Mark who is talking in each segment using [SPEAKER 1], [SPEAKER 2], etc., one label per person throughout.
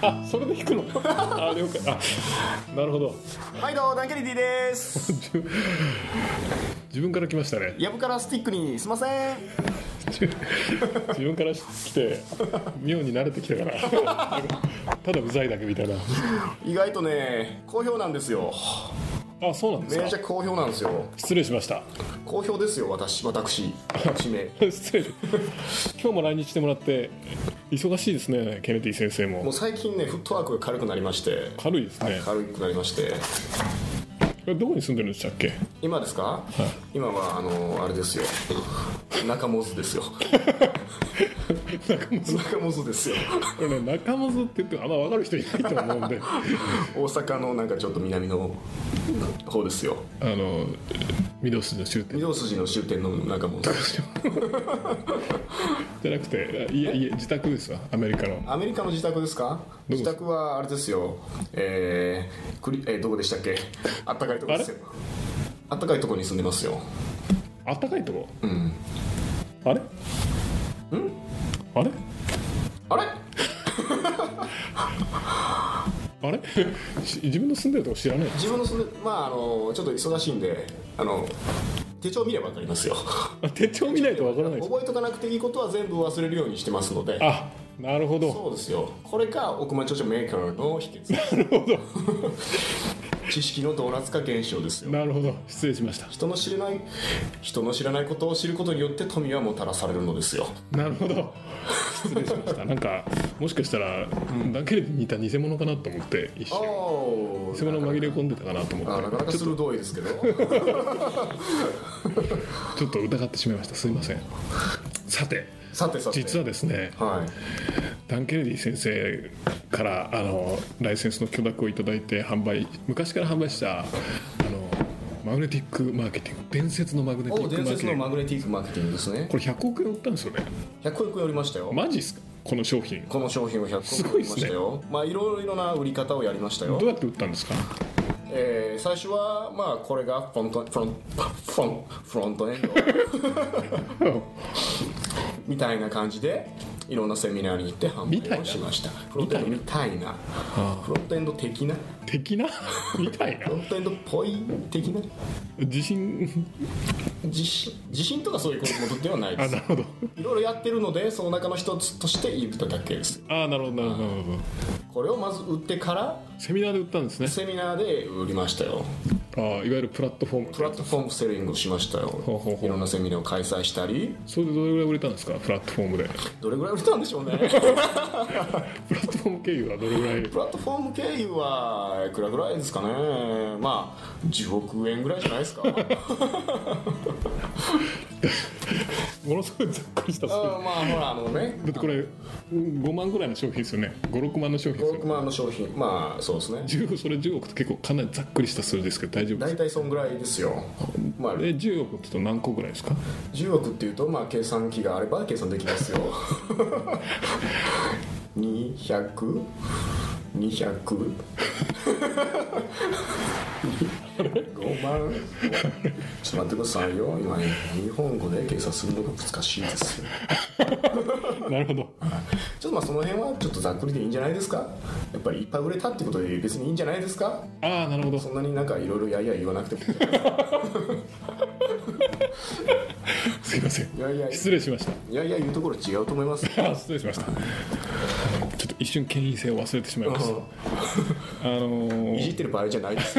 [SPEAKER 1] あそれで弾くの あ了解あなるほど
[SPEAKER 2] はいどうもダンキャリティです
[SPEAKER 1] 自分から来ました ね
[SPEAKER 2] ヤブからスティックにすいません
[SPEAKER 1] 自自分から来て妙に慣れてきた からただうざいだけみたいな
[SPEAKER 2] 意外とね好評なんです よ
[SPEAKER 1] あそうなんで
[SPEAKER 2] め
[SPEAKER 1] す
[SPEAKER 2] ちゃ
[SPEAKER 1] か
[SPEAKER 2] くちゃ好評なんですよ
[SPEAKER 1] 失礼しました
[SPEAKER 2] 好評ですよ私私私 め
[SPEAKER 1] 失礼今日も来日してもらって忙しいですねケネディ先生
[SPEAKER 2] もう
[SPEAKER 1] も
[SPEAKER 2] 最近ねフットワークが軽くなりまして
[SPEAKER 1] 軽いですね
[SPEAKER 2] 軽くなりまして
[SPEAKER 1] これどこに住んでるんでしたっけ
[SPEAKER 2] 今ですか今はあのあれ ですよ中モズですよ 中モズですよ
[SPEAKER 1] これね中本って言ってもあんま分かる人いないと思うん で
[SPEAKER 2] 大阪のなんかちょっと南の方ですよ
[SPEAKER 1] あの御堂筋の終点
[SPEAKER 2] 御堂筋の終点の中モズ
[SPEAKER 1] じゃなくていやいや自宅ですわアメリカの
[SPEAKER 2] アメリカの自宅ですか
[SPEAKER 1] どこ
[SPEAKER 2] 自宅はあれですよえー、クリえーどこでしたっけあったかいとこですよあったかいとこに住んでますよ
[SPEAKER 1] あったかいとこ、あれんあれ
[SPEAKER 2] あれ
[SPEAKER 1] あれ し自分の住んでるとこ知らない
[SPEAKER 2] 自分の住んでまああのちょっと忙しいんであの手帳見ればわかりますよ
[SPEAKER 1] あ 手帳見ないとわからないです
[SPEAKER 2] 覚えとかなくていいことは全部忘れるようにしてますので
[SPEAKER 1] あなるほど
[SPEAKER 2] そうですよこれが億万長者メーカーの秘訣
[SPEAKER 1] なるほど
[SPEAKER 2] 知識のドーナツ化現象ですよ
[SPEAKER 1] なるほど失礼しました
[SPEAKER 2] 人の知れない人の知らないことを知ることによって富はもたらされるのですよ
[SPEAKER 1] なるほど失礼しましたなんかもしかしたら、ダンケルに似た偽物かなと思って一
[SPEAKER 2] あ
[SPEAKER 1] 瞬偽物紛れ込んでたかなと思
[SPEAKER 2] あ
[SPEAKER 1] っ
[SPEAKER 2] なかなか
[SPEAKER 1] てちょ
[SPEAKER 2] 鋭いです けど
[SPEAKER 1] ちょっと疑ってしまいましたすいませんさて
[SPEAKER 2] さてさて
[SPEAKER 1] 実はですね
[SPEAKER 2] はい
[SPEAKER 1] ダン・ケネディ先生からあのライセンスの許諾をいただいて販売昔から販売したあのマグネティックマーケティング伝説のマグネティ
[SPEAKER 2] お
[SPEAKER 1] ック
[SPEAKER 2] 伝
[SPEAKER 1] マーケ
[SPEAKER 2] 説
[SPEAKER 1] ティ
[SPEAKER 2] の
[SPEAKER 1] ング
[SPEAKER 2] マグネティックマーケティングですね
[SPEAKER 1] これ100億円売ったんですよね
[SPEAKER 2] 100億円売りましたよ
[SPEAKER 1] マジっすかこの商品
[SPEAKER 2] この商品を100億円売りましたよまあいろいろな売り方をやりましたよ
[SPEAKER 1] どうやって売ったんですか
[SPEAKER 2] えー最初はまあこれがフロントフロンフロンフロントエンド みたいな感じでいろんなセミナーに行って販売をしましたフロントエンドみたいなフロントエンド的な
[SPEAKER 1] 的なみたいな
[SPEAKER 2] フロントエンドっぽい的な
[SPEAKER 1] 自信
[SPEAKER 2] 自信自信とかそういうことではない
[SPEAKER 1] あ
[SPEAKER 2] です
[SPEAKER 1] なるほど
[SPEAKER 2] いろいろやってるのでその中の一つとして言っただけです
[SPEAKER 1] あなるほどなるほどなるほど
[SPEAKER 2] これをまず売ってから
[SPEAKER 1] セミナーで売ったんですね
[SPEAKER 2] セミナーで売りましたよ
[SPEAKER 1] あいわゆるプラットフォーム
[SPEAKER 2] プラットフォームセリングをしましたよ
[SPEAKER 1] うほうほう
[SPEAKER 2] いろんなセミナーを開催したり
[SPEAKER 1] それでどれぐらい売れたんですかプラットフォームで
[SPEAKER 2] どれぐらい売れたんでしょう ね
[SPEAKER 1] プラットフォーム経由はどれぐらい
[SPEAKER 2] プラットフォーム経由はいくらぐらいですかねまあ10億円ぐらいじゃないで すかあ
[SPEAKER 1] ものすごいざっくりした数字
[SPEAKER 2] まあほらあの ね
[SPEAKER 1] だってこれ5万ぐらいの商品ですよね56万の商品です
[SPEAKER 2] 5
[SPEAKER 1] よ
[SPEAKER 2] 億万の商品まあそうですね
[SPEAKER 1] 10それ10億って結構かなりざっくりした数字ですけど大丈夫で
[SPEAKER 2] 大体そんぐらいですよ、まあ、
[SPEAKER 1] すえ10億って言うと何個ぐらいです か
[SPEAKER 2] 10億っていうとまあ計算機があれば計算できますよ 200 200 5万ちょっと待ってくださいよ今ね日本語で計算するのが難しいですよ
[SPEAKER 1] なるほど
[SPEAKER 2] ちょっとまあその辺はちょっとざっくりでいいんじゃないですかやっぱりいっぱい売れたってことで別にいいんじゃないですか
[SPEAKER 1] ああなるほど
[SPEAKER 2] そんなになんかいろいろやいや言わなくても
[SPEAKER 1] すいません
[SPEAKER 2] いやいや
[SPEAKER 1] 失礼しまし
[SPEAKER 2] いやいや言うところ違うと思います
[SPEAKER 1] た あー失礼しましたちょっと一瞬権威性を忘れてしまいましたあの
[SPEAKER 2] いじ
[SPEAKER 1] ー、
[SPEAKER 2] ってる場合じゃないです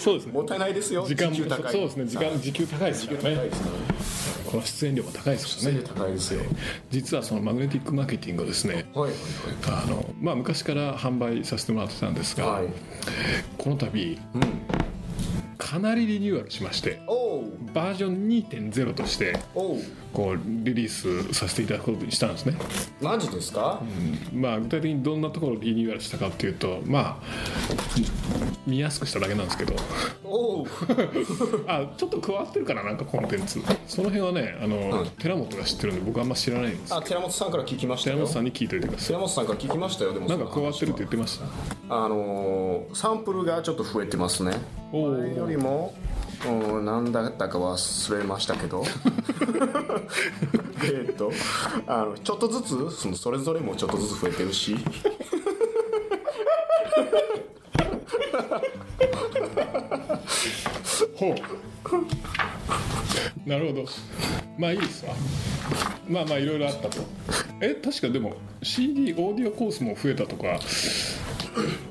[SPEAKER 1] そうですね
[SPEAKER 2] もったいないですよ
[SPEAKER 1] 時間も
[SPEAKER 2] 給高い
[SPEAKER 1] そうですね時間時給高いですから
[SPEAKER 2] 高
[SPEAKER 1] ね
[SPEAKER 2] いですからね
[SPEAKER 1] この出演料も高いですから
[SPEAKER 2] 給
[SPEAKER 1] ね
[SPEAKER 2] 料高いですよ
[SPEAKER 1] 実はそのマグネティックマーケティングをですね
[SPEAKER 2] はい
[SPEAKER 1] あのまあ昔から販売させてもらってたんですが、
[SPEAKER 2] はいはい
[SPEAKER 1] この度
[SPEAKER 2] うん
[SPEAKER 1] かなりリニューアルしまして
[SPEAKER 2] おう
[SPEAKER 1] バージョン2.0として
[SPEAKER 2] おう
[SPEAKER 1] こうリリースさせていただくことにしたんですね、
[SPEAKER 2] マジですか、
[SPEAKER 1] まあ具体的にどんなところをリニューアルしたかっていうとまあ見やすくしただけなんですけど
[SPEAKER 2] おう
[SPEAKER 1] あちょっと加わってるからなんかコンテンツその辺はねあの、
[SPEAKER 2] うん
[SPEAKER 1] 寺本が知ってるんで僕はあんま知らないんです
[SPEAKER 2] あ寺本さんから聞きました
[SPEAKER 1] 寺
[SPEAKER 2] よ
[SPEAKER 1] 本さんに聞いといてください
[SPEAKER 2] 寺本さんから聞きましたよでも
[SPEAKER 1] なんか加わってるって
[SPEAKER 2] そ
[SPEAKER 1] 言ってました
[SPEAKER 2] の話はあのーサンプルがちょっと増えてますね
[SPEAKER 1] お
[SPEAKER 2] 前よりもおなんだったか忘れましたけど えっとあのちょっとずつそのそれぞれもちょっとずつ増えてるし
[SPEAKER 1] ほうなるほどまあいいですわまあまあいろいろあったとえ確かでも CD オーディオコースも増えたとか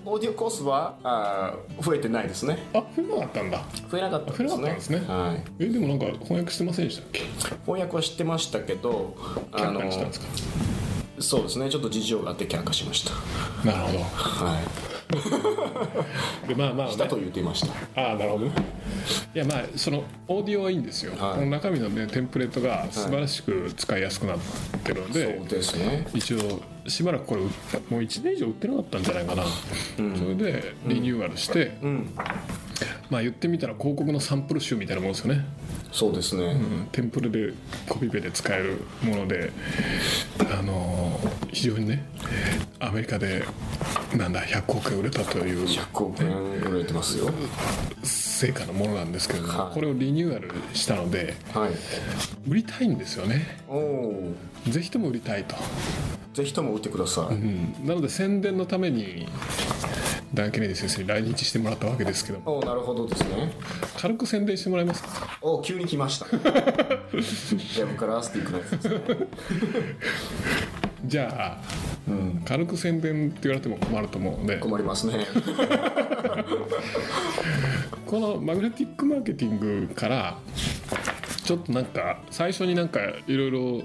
[SPEAKER 2] オーディオコースはあー増えてないですね
[SPEAKER 1] あ増えなかったんだ
[SPEAKER 2] 増えなかったですね
[SPEAKER 1] 増えなかったんですね
[SPEAKER 2] はい、
[SPEAKER 1] えでもなんか翻訳してませんでしたっけ
[SPEAKER 2] 翻訳は知ってましたけどあ
[SPEAKER 1] なん
[SPEAKER 2] の
[SPEAKER 1] かにしたんですか
[SPEAKER 2] そうですねちょっと事情があって却下しました
[SPEAKER 1] なるほ
[SPEAKER 2] はい
[SPEAKER 1] どでまあまあ、
[SPEAKER 2] した
[SPEAKER 1] ね、
[SPEAKER 2] と言っていました
[SPEAKER 1] ああなるほどねいやまあそのオーディオはいいんですよ、
[SPEAKER 2] はい
[SPEAKER 1] この中身のねテンプレートが素晴らしく使いやすくなってるので、
[SPEAKER 2] そうですね
[SPEAKER 1] 一応しばらくこれもう1年以上売ってなかったんじゃないかな、それでリニューアルして、まあ言ってみたら広告のサンプル集みたいなものですよね、
[SPEAKER 2] そうですね、
[SPEAKER 1] うんテンプレでコピペで使えるものであのー非常にねアメリカでなんだ100億円売れたという
[SPEAKER 2] 100億円売れてますよ
[SPEAKER 1] 成果のものなんですけれども
[SPEAKER 2] はい
[SPEAKER 1] これをリニューアルしたので
[SPEAKER 2] はい
[SPEAKER 1] 売りたいんですよね
[SPEAKER 2] おお
[SPEAKER 1] ぜひとも売りたいと、
[SPEAKER 2] ぜひとも打ってください、
[SPEAKER 1] うんなので宣伝のためにダン・ケネディ先生に来日してもらったわけですけども
[SPEAKER 2] おおなるほどですね
[SPEAKER 1] 軽く宣伝してもらえますか
[SPEAKER 2] おお急に来ました じゃあ僕からアスティックのやつですね
[SPEAKER 1] じゃあ、軽く宣伝って言われても困ると思うので
[SPEAKER 2] 困りますね
[SPEAKER 1] このマグネティックマーケティングからちょっとなんか最初になんかいろいろ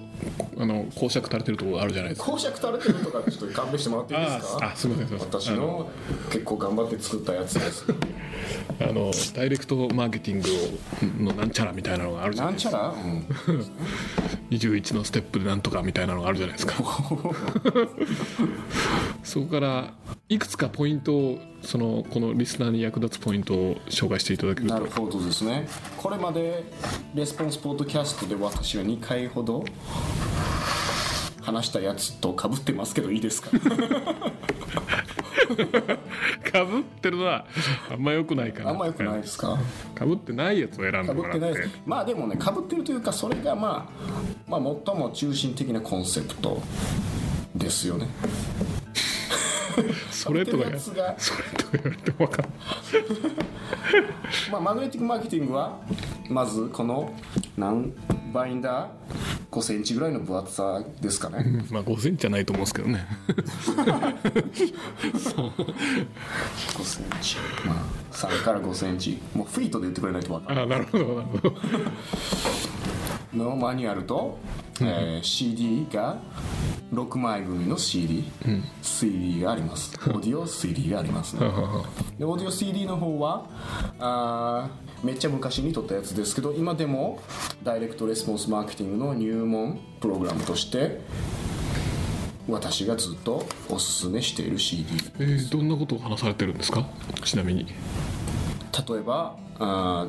[SPEAKER 1] あの公爵されてるところあるじゃないですか
[SPEAKER 2] 公爵されてるとかちょっと勘弁してもらっていいです
[SPEAKER 1] あ
[SPEAKER 2] か
[SPEAKER 1] あすいませんすいません
[SPEAKER 2] 私の結構頑張って作ったやつです
[SPEAKER 1] あのあのダイレクトマーケティングのなんちゃらみたいなのがあるじゃな
[SPEAKER 2] な
[SPEAKER 1] い
[SPEAKER 2] ん
[SPEAKER 1] です
[SPEAKER 2] ちゃ、
[SPEAKER 1] から
[SPEAKER 2] うん、
[SPEAKER 1] 21のステップでなんとかみたいなのがあるじゃない ですかそこからいくつかポイントをそのこのリスナーに役立つポイントを紹介していただける
[SPEAKER 2] な
[SPEAKER 1] と
[SPEAKER 2] るほどですねこれまでレスポンスポッドキャストで私は2回ほど話したやつとかぶってますけどいいです か
[SPEAKER 1] かぶってるのはあんまよくないかな
[SPEAKER 2] あんまよくないですか
[SPEAKER 1] かぶってないやつを選んで
[SPEAKER 2] かぶ
[SPEAKER 1] も
[SPEAKER 2] っ
[SPEAKER 1] らってて
[SPEAKER 2] ないですまあでもねかぶってるというかそれがまあまあ最も中心的なコンセプトですよね
[SPEAKER 1] それとか
[SPEAKER 2] 被
[SPEAKER 1] や
[SPEAKER 2] ってるやつが
[SPEAKER 1] それとか言われても分かんない
[SPEAKER 2] まあ、マグネティックマーケティングはまずこのなんバインダー5センチぐらいの分厚さですかね
[SPEAKER 1] まあ5センチじゃないと思うんですけどね
[SPEAKER 2] 5センチ、まあ、3から5センチもうフィートで言ってくれないと分かん
[SPEAKER 1] あ
[SPEAKER 2] ない
[SPEAKER 1] あなるほどなるほ ど
[SPEAKER 2] のマニュアルと、えー CD が6枚組の CD、CD がありますオーディオ CD がありますねでオーディオ CD の方はあーめっちゃ昔に撮ったやつですけど今でもダイレクトレスポンスマーケティングの入門プログラムとして私がずっとおすすめしている CD
[SPEAKER 1] えーどんなことを話されてるんですかちなみに
[SPEAKER 2] 例えばあ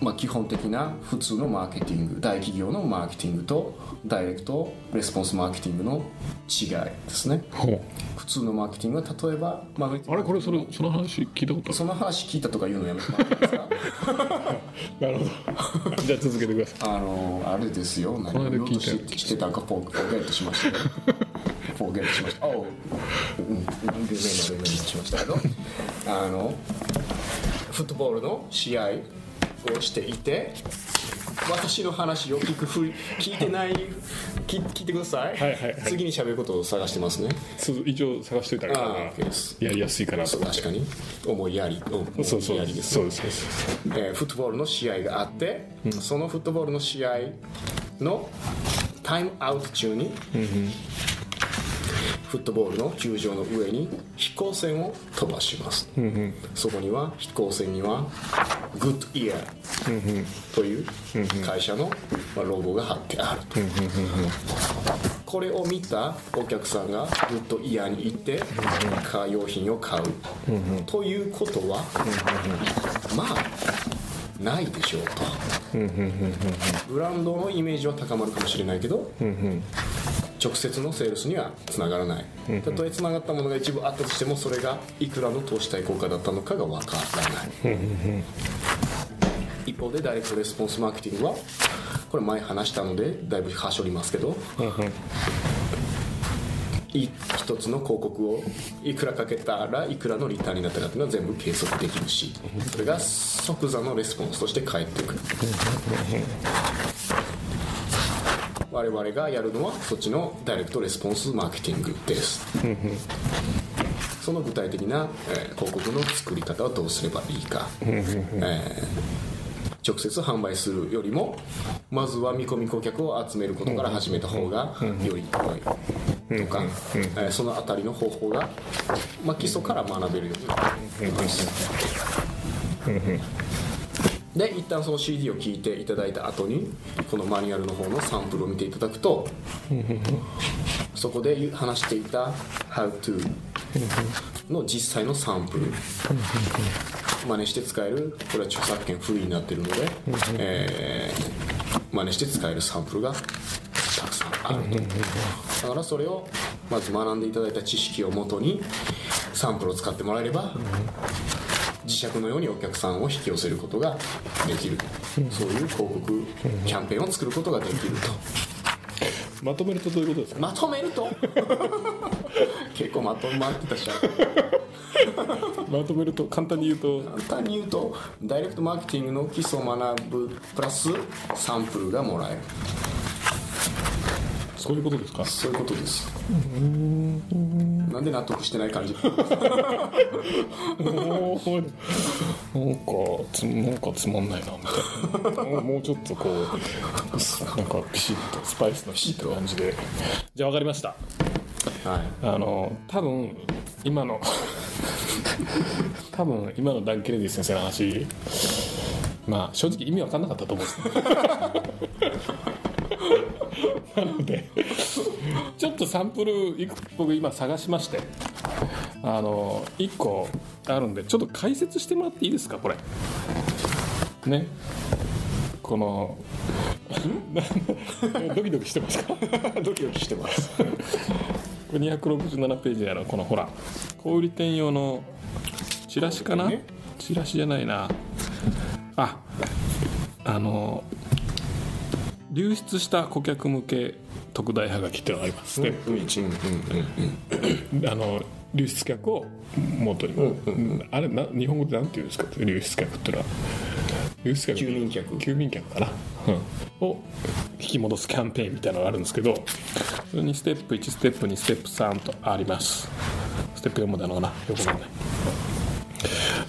[SPEAKER 2] ー、まあ、基本的な普通のマーケティング大企業のマーケティングとダイレクトレスポンスマーケティングの違いですね
[SPEAKER 1] ほ
[SPEAKER 2] 普通のマーケティングは例えばマーケティ
[SPEAKER 1] う
[SPEAKER 2] ング
[SPEAKER 1] あれこれそれその話聞いたこと
[SPEAKER 2] その話聞いたとか言うのやめてもらっていいですか
[SPEAKER 1] あるなるほど じゃあ続けてください
[SPEAKER 2] あのあれですよ何
[SPEAKER 1] の
[SPEAKER 2] を
[SPEAKER 1] 間
[SPEAKER 2] 言おう
[SPEAKER 1] 聞い
[SPEAKER 2] と
[SPEAKER 1] た
[SPEAKER 2] してしてたかポーポーゲットし ましたけどポーゲットしましたおううんうん有名な有名なしましたけどあのフットボールの試合をしていて私の話を聞くふり聞いてない聞聞いてください,、
[SPEAKER 1] はいはいはい
[SPEAKER 2] 次に喋ることを探してますね
[SPEAKER 1] そう一応探しといた
[SPEAKER 2] あ
[SPEAKER 1] ら
[SPEAKER 2] あ OK です
[SPEAKER 1] やりやすいかなと
[SPEAKER 2] そう
[SPEAKER 1] 思っ
[SPEAKER 2] 確かに思いやり思
[SPEAKER 1] てそうそ
[SPEAKER 2] いう
[SPEAKER 1] そ
[SPEAKER 2] や
[SPEAKER 1] う
[SPEAKER 2] り
[SPEAKER 1] で
[SPEAKER 2] ですす
[SPEAKER 1] そうです
[SPEAKER 2] えーフットボールの試合があって、そのフットボールの試合のタイムアウト中に、フットボールの球場の上に飛行船を飛ばします、そこには飛行船にはグッドイヤーという会社の、まあ、ロゴが貼ってあると、これを見たお客さんがグッドイヤーに行ってカー用品を買う、ということは、まあないでしょうとブランドのイメージは高まるかもしれないけど直接のセールスにはつながらないたとえつながったものが一部あったとしてもそれがいくらの投資対効果だったのかがわからない一方でダイレクトレスポンスマーケティングはこれ前話したのでだいぶはしょりますけどい一つの広告をいくらかけたらいくらのリターンになったかっていうのは全部計測できるしそれが即座のレスポンスとして返ってくる我々がやるのはそっちのダイレクトレスポンスマーケティングですその具体的な、えー広告の作り方はどうすればいいか、えー直接販売するよりもまずは見込み顧客を集めることから始めた方がより良いとか、えーそのあたりの方法が、まあ、基礎から学べるようになります。で一旦その CD を聴いていただいた後にこのマニュアルの方のサンプルを見ていただくとそこで言う話していた「How to」の実際のサンプル真似して使えるこれは著作権フリーになってるので、えー真似して使えるサンプルがたくさんあるとだからそれをまず学んでいただいた知識をもとにサンプルを使ってもらえれば磁石のようにお客さんを引き寄せることができるそういう広告キャンペーンを作ることができると
[SPEAKER 1] まとめるとどういうことですか
[SPEAKER 2] まとめる と結構まとまってたし
[SPEAKER 1] まとめると簡単に言うと
[SPEAKER 2] 簡単に言うとダイレクトマーケティングの基礎を学ぶプラスサンプルがもらえる
[SPEAKER 1] そういうことですか
[SPEAKER 2] そういうことですなんで納得してない感じ
[SPEAKER 1] おーなんかつなんかつまんないなみたいなもうもうちょっとこうなんかピシッとスパイスのピシッと感じでじゃあ分かりました
[SPEAKER 2] はい
[SPEAKER 1] あの多分今の 多分今のダン・ケネディ先生の話まあ正直意味分かんなかったと思 うんですよなのでちょっとサンプルいく僕今探しましてあの1個あるんでちょっと解説してもらっていいですかこれねこの ドキドキしてますか
[SPEAKER 2] ドキドキしてます
[SPEAKER 1] これ267ページやろこのほら小売店用のチラシかな、
[SPEAKER 2] ね
[SPEAKER 1] チラシじゃないなああの流出した顧客向け特大はがきっていうのがありますステップ1、あの流出客を元に、あれな日本語でなんて言うんですか流出客っていうのは流出客
[SPEAKER 2] 休眠客
[SPEAKER 1] 休眠客かな、 うん、を引き戻すキャンペーンみたいなのがあるんですけどそれにステップ1ステップ2ステップ3とありますステップ4までなのかなよくわかんない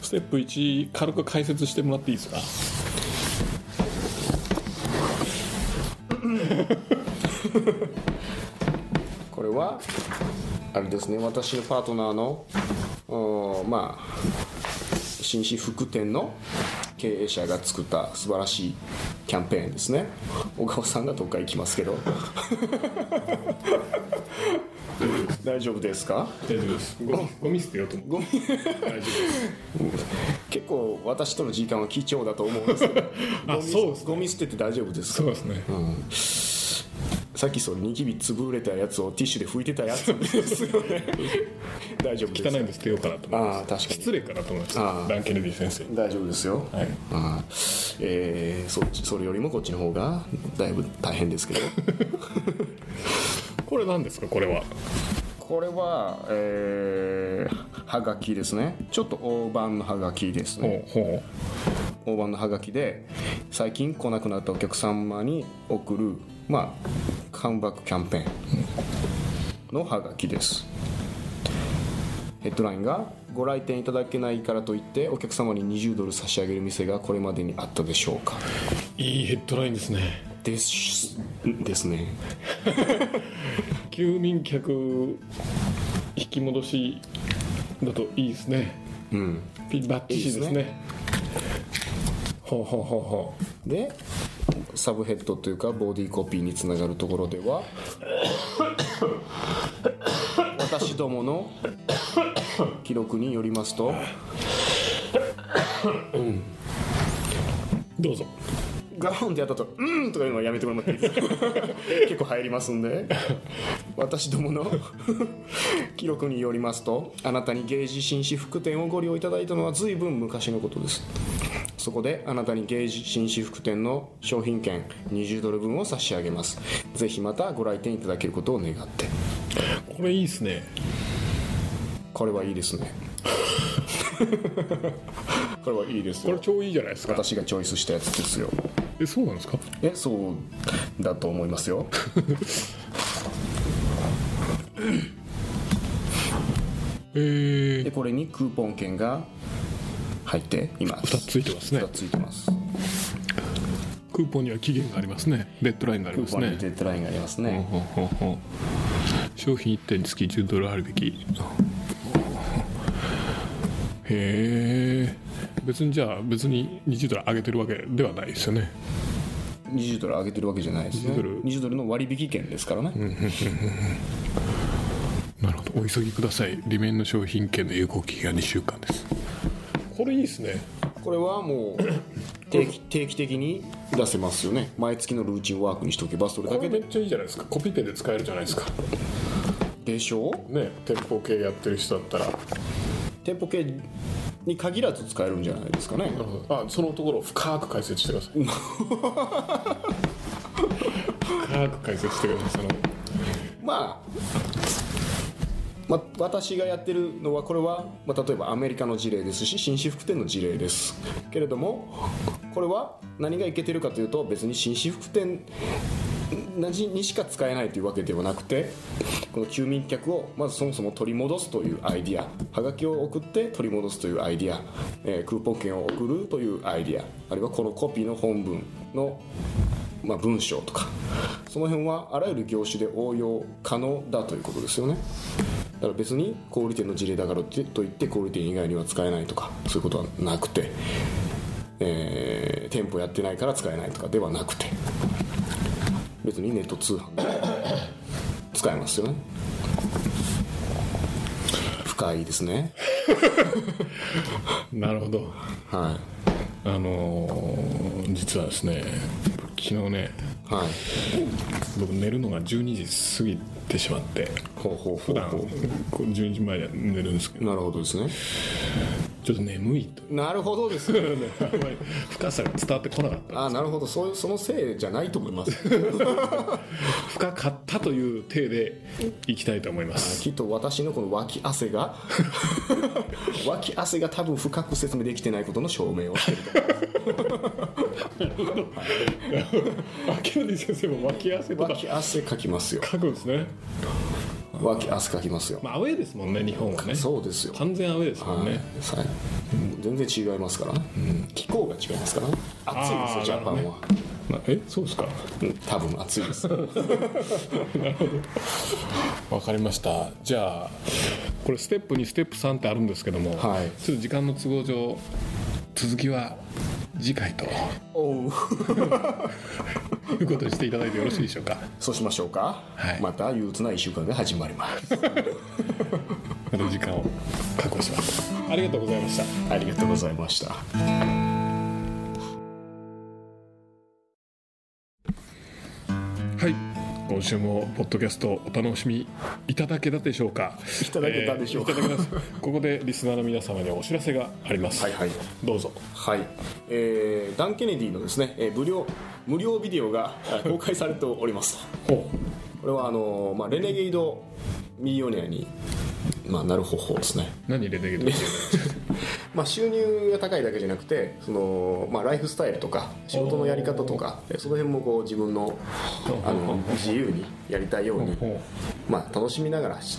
[SPEAKER 1] ステップ1軽く解説してもらっていいですか
[SPEAKER 2] これはあれですね私のパートナーのうんまあ紳士服店の経営者が作った素晴らしいキャンペーンですね小川さんがどっか行きますけど 大丈夫ですか
[SPEAKER 1] 大丈夫ですゴゴミ捨てようと思う大丈夫です
[SPEAKER 2] 結構私との時間は貴重だと思うんですけど
[SPEAKER 1] あ
[SPEAKER 2] ゴミ
[SPEAKER 1] そうです
[SPEAKER 2] ゴミ捨てて大丈夫です
[SPEAKER 1] そ
[SPEAKER 2] か
[SPEAKER 1] うですね、
[SPEAKER 2] さっきそのニキビ潰れたやつをティッシュで拭いてたやつですよ ね大丈夫です
[SPEAKER 1] 汚いんで捨てようかなと思います
[SPEAKER 2] あー確かに
[SPEAKER 1] 失礼かなと思います
[SPEAKER 2] あー
[SPEAKER 1] ダン・ケネディ先生に
[SPEAKER 2] 大丈夫ですよ、
[SPEAKER 1] はい
[SPEAKER 2] あーえーそっちそれよりもこっちの方がだいぶ大変ですけど
[SPEAKER 1] これ何ですかこれは
[SPEAKER 2] これはえーはがきですねちょっと大判のはがきですね
[SPEAKER 1] ほうほ
[SPEAKER 2] 大判のはがきで最近来なくなったお客様に送るまあカムバックキャンペーンのはがきですヘッドラインが「ご来店いただけないからといってお客様に20ドル差し上げる店がこれまでにあったでしょうか?
[SPEAKER 1] ういいヘッドラインですね」
[SPEAKER 2] ですですね
[SPEAKER 1] 休眠客引き戻しだといいですね
[SPEAKER 2] うん
[SPEAKER 1] ピンバッチシですね
[SPEAKER 2] いいで
[SPEAKER 1] ほうほうほうほう
[SPEAKER 2] でサブヘッドというかボディコピーにつながるところでは私どもの記録によりますと
[SPEAKER 1] どうぞ
[SPEAKER 2] ガーンってやったと「うん」とかいうのはやめてもらっていいですか結構入りますんで私どもの 記録によりますとあなたにゲージ紳士服店をご利用いただいたのは随分昔のことですそこであなたにゲージ紳士服店の商品券20ドル分を差し上げますぜひまたご来店いただけることを願って
[SPEAKER 1] これいいですね
[SPEAKER 2] これはいいですねこれはいいです
[SPEAKER 1] これ
[SPEAKER 2] よ
[SPEAKER 1] 超いいじゃないですか
[SPEAKER 2] 私がチョイスしたやつですよ
[SPEAKER 1] えそうなんですか
[SPEAKER 2] えそうだと思いますよ
[SPEAKER 1] えー、
[SPEAKER 2] でこれにクーポン券が入っています
[SPEAKER 1] 2つついてますね
[SPEAKER 2] 2つついてます
[SPEAKER 1] クーポンには期限がありますねデッドラインがあり
[SPEAKER 2] ク
[SPEAKER 1] ま
[SPEAKER 2] ー
[SPEAKER 1] す
[SPEAKER 2] ポン
[SPEAKER 1] ね
[SPEAKER 2] にデッドラインがありますね、
[SPEAKER 1] ほうほうほう商品1点につき10ドルあるべきへえ別にじゃあ別に20ドル上げてるわけではないですよね
[SPEAKER 2] 20ドル上げてるわけじゃないですね
[SPEAKER 1] 20ドル
[SPEAKER 2] 20ドルの割引券ですからね、
[SPEAKER 1] なるほどお急ぎください利面の商品券の有効期限は2週間ですこれいいですね
[SPEAKER 2] これはもう定期定期的に出せますよね毎月のルーチンワークにしとけばそれだ
[SPEAKER 1] こ
[SPEAKER 2] け
[SPEAKER 1] れめ
[SPEAKER 2] で
[SPEAKER 1] っちゃいいじゃないですかコピペで使えるじゃないですか
[SPEAKER 2] でしょう
[SPEAKER 1] ね店舗系やってる人だったら
[SPEAKER 2] 店舗系に限らず使えるんじゃないですかね
[SPEAKER 1] あそのところを深く解説してください深く解説してくださいその
[SPEAKER 2] まあま私がやってるのはこれは、まあ、例えばアメリカの事例ですし紳士服店の事例ですけれどもこれは何がいけてるかというと別に紳士服店にしか使えないというわけではなくてこの休眠客をまずそもそも取り戻すというアイディアはがきを送って取り戻すというアイディア、えークーポン券を送るというアイディアあるいはこのコピーの本文のまあ、文章とかその辺はあらゆる業種で応用可能だということですよねだから別に小売店の事例だからってといって小売店以外には使えないとかそういうことはなくて、えー店舗やってないから使えないとかではなくて別にネット通販で使えますよね深いですね
[SPEAKER 1] なるほど
[SPEAKER 2] は
[SPEAKER 1] あのー実はですね昨日ね
[SPEAKER 2] いはい
[SPEAKER 1] 僕寝るのが12時過ぎてしまって
[SPEAKER 2] ほうほうほ
[SPEAKER 1] 普
[SPEAKER 2] う
[SPEAKER 1] 段
[SPEAKER 2] ほう
[SPEAKER 1] こう12時前には寝るんですけど
[SPEAKER 2] なるほどですね
[SPEAKER 1] ちょっと眠いと
[SPEAKER 2] なるほどですね
[SPEAKER 1] あんまり深さが伝わってこなかった
[SPEAKER 2] あなるほどそういうそのせいじゃないと思います
[SPEAKER 1] 深かったという体でいきたいと思います
[SPEAKER 2] きっと私のこの脇汗 が脇汗が多分深く説明できてないことの証明をしてると
[SPEAKER 1] 秋のり先生も脇汗とか
[SPEAKER 2] 脇汗かきますよ
[SPEAKER 1] 書くんですね
[SPEAKER 2] 脇汗かきますよ
[SPEAKER 1] まあアウェーですもんね日本はね
[SPEAKER 2] そうですよ
[SPEAKER 1] 完全アウェーですもんね、
[SPEAKER 2] はい全然違いますからね、気候が違いますからね暑いですよ
[SPEAKER 1] あー
[SPEAKER 2] ジャパンは、
[SPEAKER 1] なえそうですか
[SPEAKER 2] うん多分暑いです
[SPEAKER 1] わかりましたじゃあこれステップ2ステップ3ってあるんですけども、
[SPEAKER 2] はい
[SPEAKER 1] ちょっと時間の都合上続きは次回と
[SPEAKER 2] おう
[SPEAKER 1] いうことにしていただいてよろしいでしょうか
[SPEAKER 2] そうしましょうか、
[SPEAKER 1] はい
[SPEAKER 2] また憂鬱な1週間が始まります
[SPEAKER 1] また時間を確保しますありがとうございました
[SPEAKER 2] ありがとうございました
[SPEAKER 1] はい今週もポッドキャストをお楽しみいただけたでしょうか
[SPEAKER 2] いただけたでしょうか
[SPEAKER 1] えーいただけますここでリスナーの皆様にお知らせがあります
[SPEAKER 2] はいはい
[SPEAKER 1] どうぞ
[SPEAKER 2] はい、えーダン・ケネディのですね、えー無料無料ビデオがえー公開されております
[SPEAKER 1] ほ
[SPEAKER 2] これはあのーまあ、レネゲイドミリオネアに、まあ、なる方法ですね、
[SPEAKER 1] う何入れてあげて
[SPEAKER 2] まあ、収入が高いだけじゃなくてその、まあ、ライフスタイルとか仕事のやり方とかえーその辺もこう自分のあの自由にやりたいように
[SPEAKER 1] ほう、
[SPEAKER 2] まあ、楽しみながら、し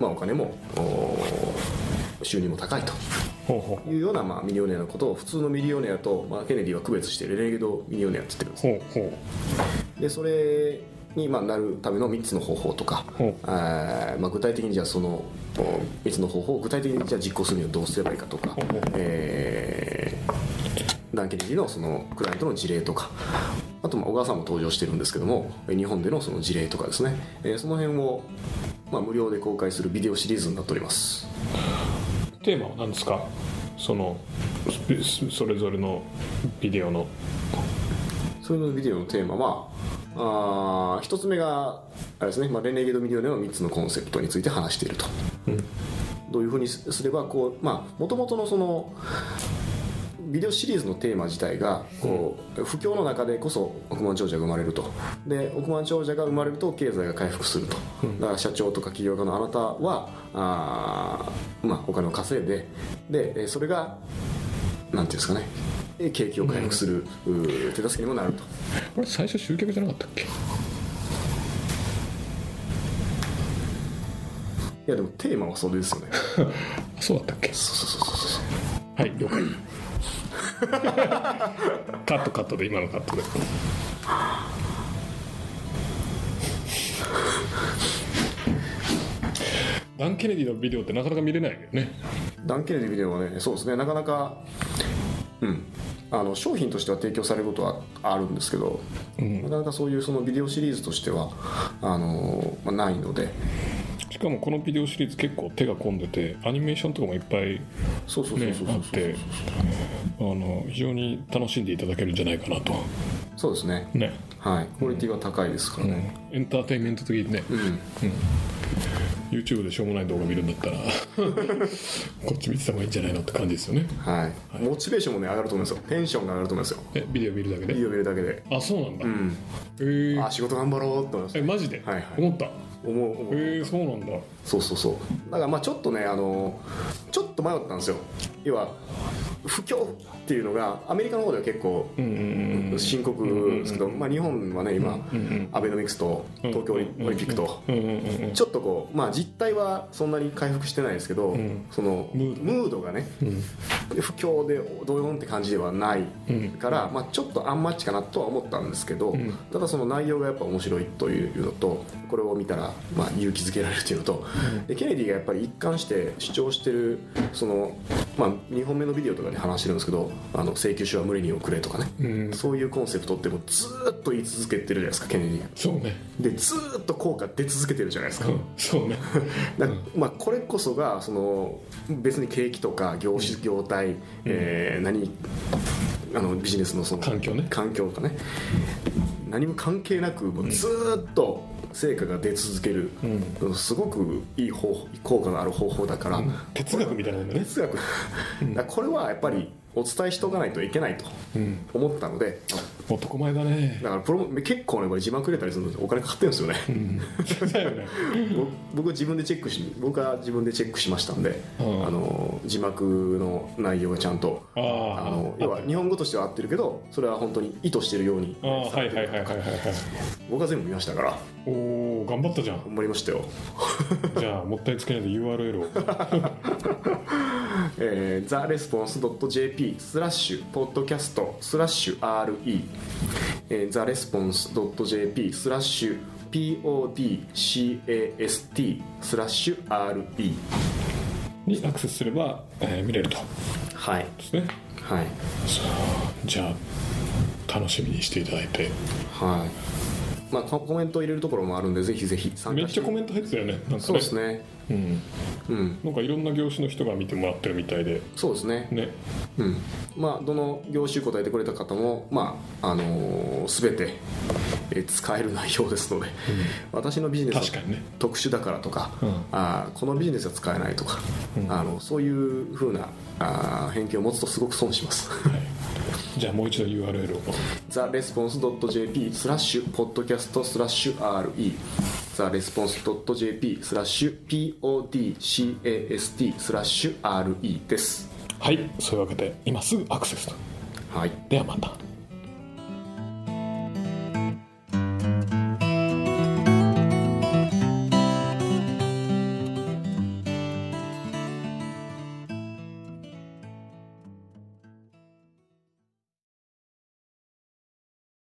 [SPEAKER 2] まあ、お金もお収入も高いと
[SPEAKER 1] ほうほ
[SPEAKER 2] いうような、まあ、ミリオネアのことを普通のミリオネアと、まあ、ケネディは区別してレネゲドミリオネアって言ってるんで
[SPEAKER 1] う
[SPEAKER 2] す
[SPEAKER 1] ほうほ
[SPEAKER 2] でそれに、まあ、なるための3つの方法とか、
[SPEAKER 1] ほう
[SPEAKER 2] あーまあ、具体的にじゃあその3つの方法を具体的にじゃあ実行するにはどうすればいいかとか
[SPEAKER 1] ほうほう、
[SPEAKER 2] えーダン・ケネディのそのクライアントの事例とかあとまあ小川さんも登場してるんですけどもえ日本でのその事例とかですね、えーその辺を、まあ、無料で公開するビデオシリーズになっております
[SPEAKER 1] うテーマは何ですかそのそそれぞれのビデオの
[SPEAKER 2] それのビデオのテーマはあー一つ目があれですね、まあ、レネゲード・ミリオネの3つのコンセプトについて話していると、どういうふうにすすればこうまあもともとのそのビデオシリーズのテーマ自体がこう不況の中でこそ億万長者が生まれるとで億万長者が生まれると経済が回復するとだから社長とか起業家のあなたはあー、まあ、お金を稼いででえーそれがなんていうんですかねえー景気を回復する、うー手助けにもなると
[SPEAKER 1] これ最初集客じゃなかったっけ
[SPEAKER 2] いやでもテーマはそれです よね
[SPEAKER 1] あそうだったっけ
[SPEAKER 2] そうそうそうそうそう
[SPEAKER 1] はい了 解カットカットで今のカットでダン・ケネディのビデオってなかなか見れないよね
[SPEAKER 2] ダン・ケネディビデオはねそうですねなかなかうんあの商品としては提供されることはあるんですけど、なかなかそういうそのビデオシリーズとしてはあの、まあ、ないので
[SPEAKER 1] しかもこのビデオシリーズ結構手が込んでてアニメーションとかもいっぱい
[SPEAKER 2] そうそうそう
[SPEAKER 1] ね
[SPEAKER 2] そう
[SPEAKER 1] あ
[SPEAKER 2] そう
[SPEAKER 1] っ
[SPEAKER 2] そう、
[SPEAKER 1] てあの非常に楽しんでいただけるんじゃないかなと
[SPEAKER 2] そうですね
[SPEAKER 1] ね
[SPEAKER 2] はいクオリティは高いですからね、
[SPEAKER 1] エンターテインメント的にね、YouTube でしょうもない動画見るんだったら こっち見てた方がいいんじゃないのって感じですよね
[SPEAKER 2] はい、モチベーションもね上がると思うんですよテンションが上がると思うんですよ
[SPEAKER 1] えビデオ見るだけ
[SPEAKER 2] ビ
[SPEAKER 1] で
[SPEAKER 2] デオ見るだけで、
[SPEAKER 1] あそうなんだ、
[SPEAKER 2] うん、
[SPEAKER 1] えー
[SPEAKER 2] あ仕事頑張ろうって思います
[SPEAKER 1] えマジで、
[SPEAKER 2] はいはい
[SPEAKER 1] 思った
[SPEAKER 2] 思う思
[SPEAKER 1] え
[SPEAKER 2] う
[SPEAKER 1] ー、そうなんだ
[SPEAKER 2] そうそうそうだからまあちょっとねあのちょっと迷ったんですよ要は不況っていうのがアメリカの方では結構
[SPEAKER 1] うんうん
[SPEAKER 2] 深刻ですけど、まあ、日本はね今アベノミクスと東京オリオリンピックと
[SPEAKER 1] うんうんうんうんうん
[SPEAKER 2] ちょっとこうまあ実態はそんなに回復してないですけど
[SPEAKER 1] ん
[SPEAKER 2] その
[SPEAKER 1] ム
[SPEAKER 2] ム
[SPEAKER 1] ード
[SPEAKER 2] ードがね不況でどよんって感じではないからまあちょっとアンマッチかなとは思ったんですけど
[SPEAKER 1] ん
[SPEAKER 2] ただその内容がやっぱ面白いというのとこれを見たらまあ勇気づけられるというのとでケネディがやっぱり一貫して主張してるそのまあ2本目のビデオとかで話してるんですけどあの請求書は無理に送れとかね
[SPEAKER 1] うん
[SPEAKER 2] そういうコンセプトってもうずーっと言い続けてるじゃないですかケネディが
[SPEAKER 1] そうね、
[SPEAKER 2] でずーっと効果出続けてるじゃないですか
[SPEAKER 1] うん、そうね
[SPEAKER 2] だからまあ、これこそがその別に景気とか業種業態、えー何あのビジネスのその
[SPEAKER 1] 環境ね
[SPEAKER 2] 環境とかね何も関係なくもうずーっと成果が出続ける、すごくいい方法効果のある方法だから、
[SPEAKER 1] 哲学みたいなもんだね
[SPEAKER 2] 哲学だからこれはやっぱりお伝えしておかないといけないと思ったので、
[SPEAKER 1] 男前だね
[SPEAKER 2] だからプロモ結構ねこれ自慢くれたりするのでお金かかってるんですよね、
[SPEAKER 1] だよ ね
[SPEAKER 2] 僕僕自分でチェックし僕は自分でチェックしましたんで、
[SPEAKER 1] うん
[SPEAKER 2] あの字幕の内容がちゃんと
[SPEAKER 1] あ
[SPEAKER 2] あ
[SPEAKER 1] ー
[SPEAKER 2] の要は日本語としては合ってるけどそれは本当に意図してるように
[SPEAKER 1] あーはいはいはいはいはいはい
[SPEAKER 2] 僕は全部見ましたから
[SPEAKER 1] おお頑張ったじゃん
[SPEAKER 2] 頑張りましたよ、
[SPEAKER 1] じゃあもったいつけないで URL を
[SPEAKER 2] えー、therresponse.jp スラッシュポッドキャストスラッシュ RE、えー、therresponse.jp スラッシュ PODCAST スラッシュ RE
[SPEAKER 1] にアクセスすれば、えー見れると
[SPEAKER 2] はい
[SPEAKER 1] ですね
[SPEAKER 2] はい
[SPEAKER 1] じゃあ楽しみにしていただいて
[SPEAKER 2] はい。まあココメントを入れるところもあるんでぜひぜひ参
[SPEAKER 1] め
[SPEAKER 2] 加
[SPEAKER 1] っ
[SPEAKER 2] して
[SPEAKER 1] ちゃコメント入ってたよねなんかね
[SPEAKER 2] そうですね。
[SPEAKER 1] うん、
[SPEAKER 2] うん。
[SPEAKER 1] なんかいろんな業種の人が見てもらってるみたいで
[SPEAKER 2] そうですね。
[SPEAKER 1] ね
[SPEAKER 2] うん。まあどの業種答えてくれた方もまああのす、べてえー使える内容ですので、私のビジネスは
[SPEAKER 1] 確かにね
[SPEAKER 2] 特殊だからとか、
[SPEAKER 1] うん
[SPEAKER 2] あーこのビジネスは使えないとか、あのそういう風なあー偏見を持つとすごく損します。
[SPEAKER 1] じゃあもう一度 URL を
[SPEAKER 2] therresponse.jp スラッシュポッドキャストスラッシュ RE therresponse.jp スラッシュ PODCAST スラッシュ RE です
[SPEAKER 1] はいそういうわけで今すぐアクセスと
[SPEAKER 2] はい
[SPEAKER 1] ではまた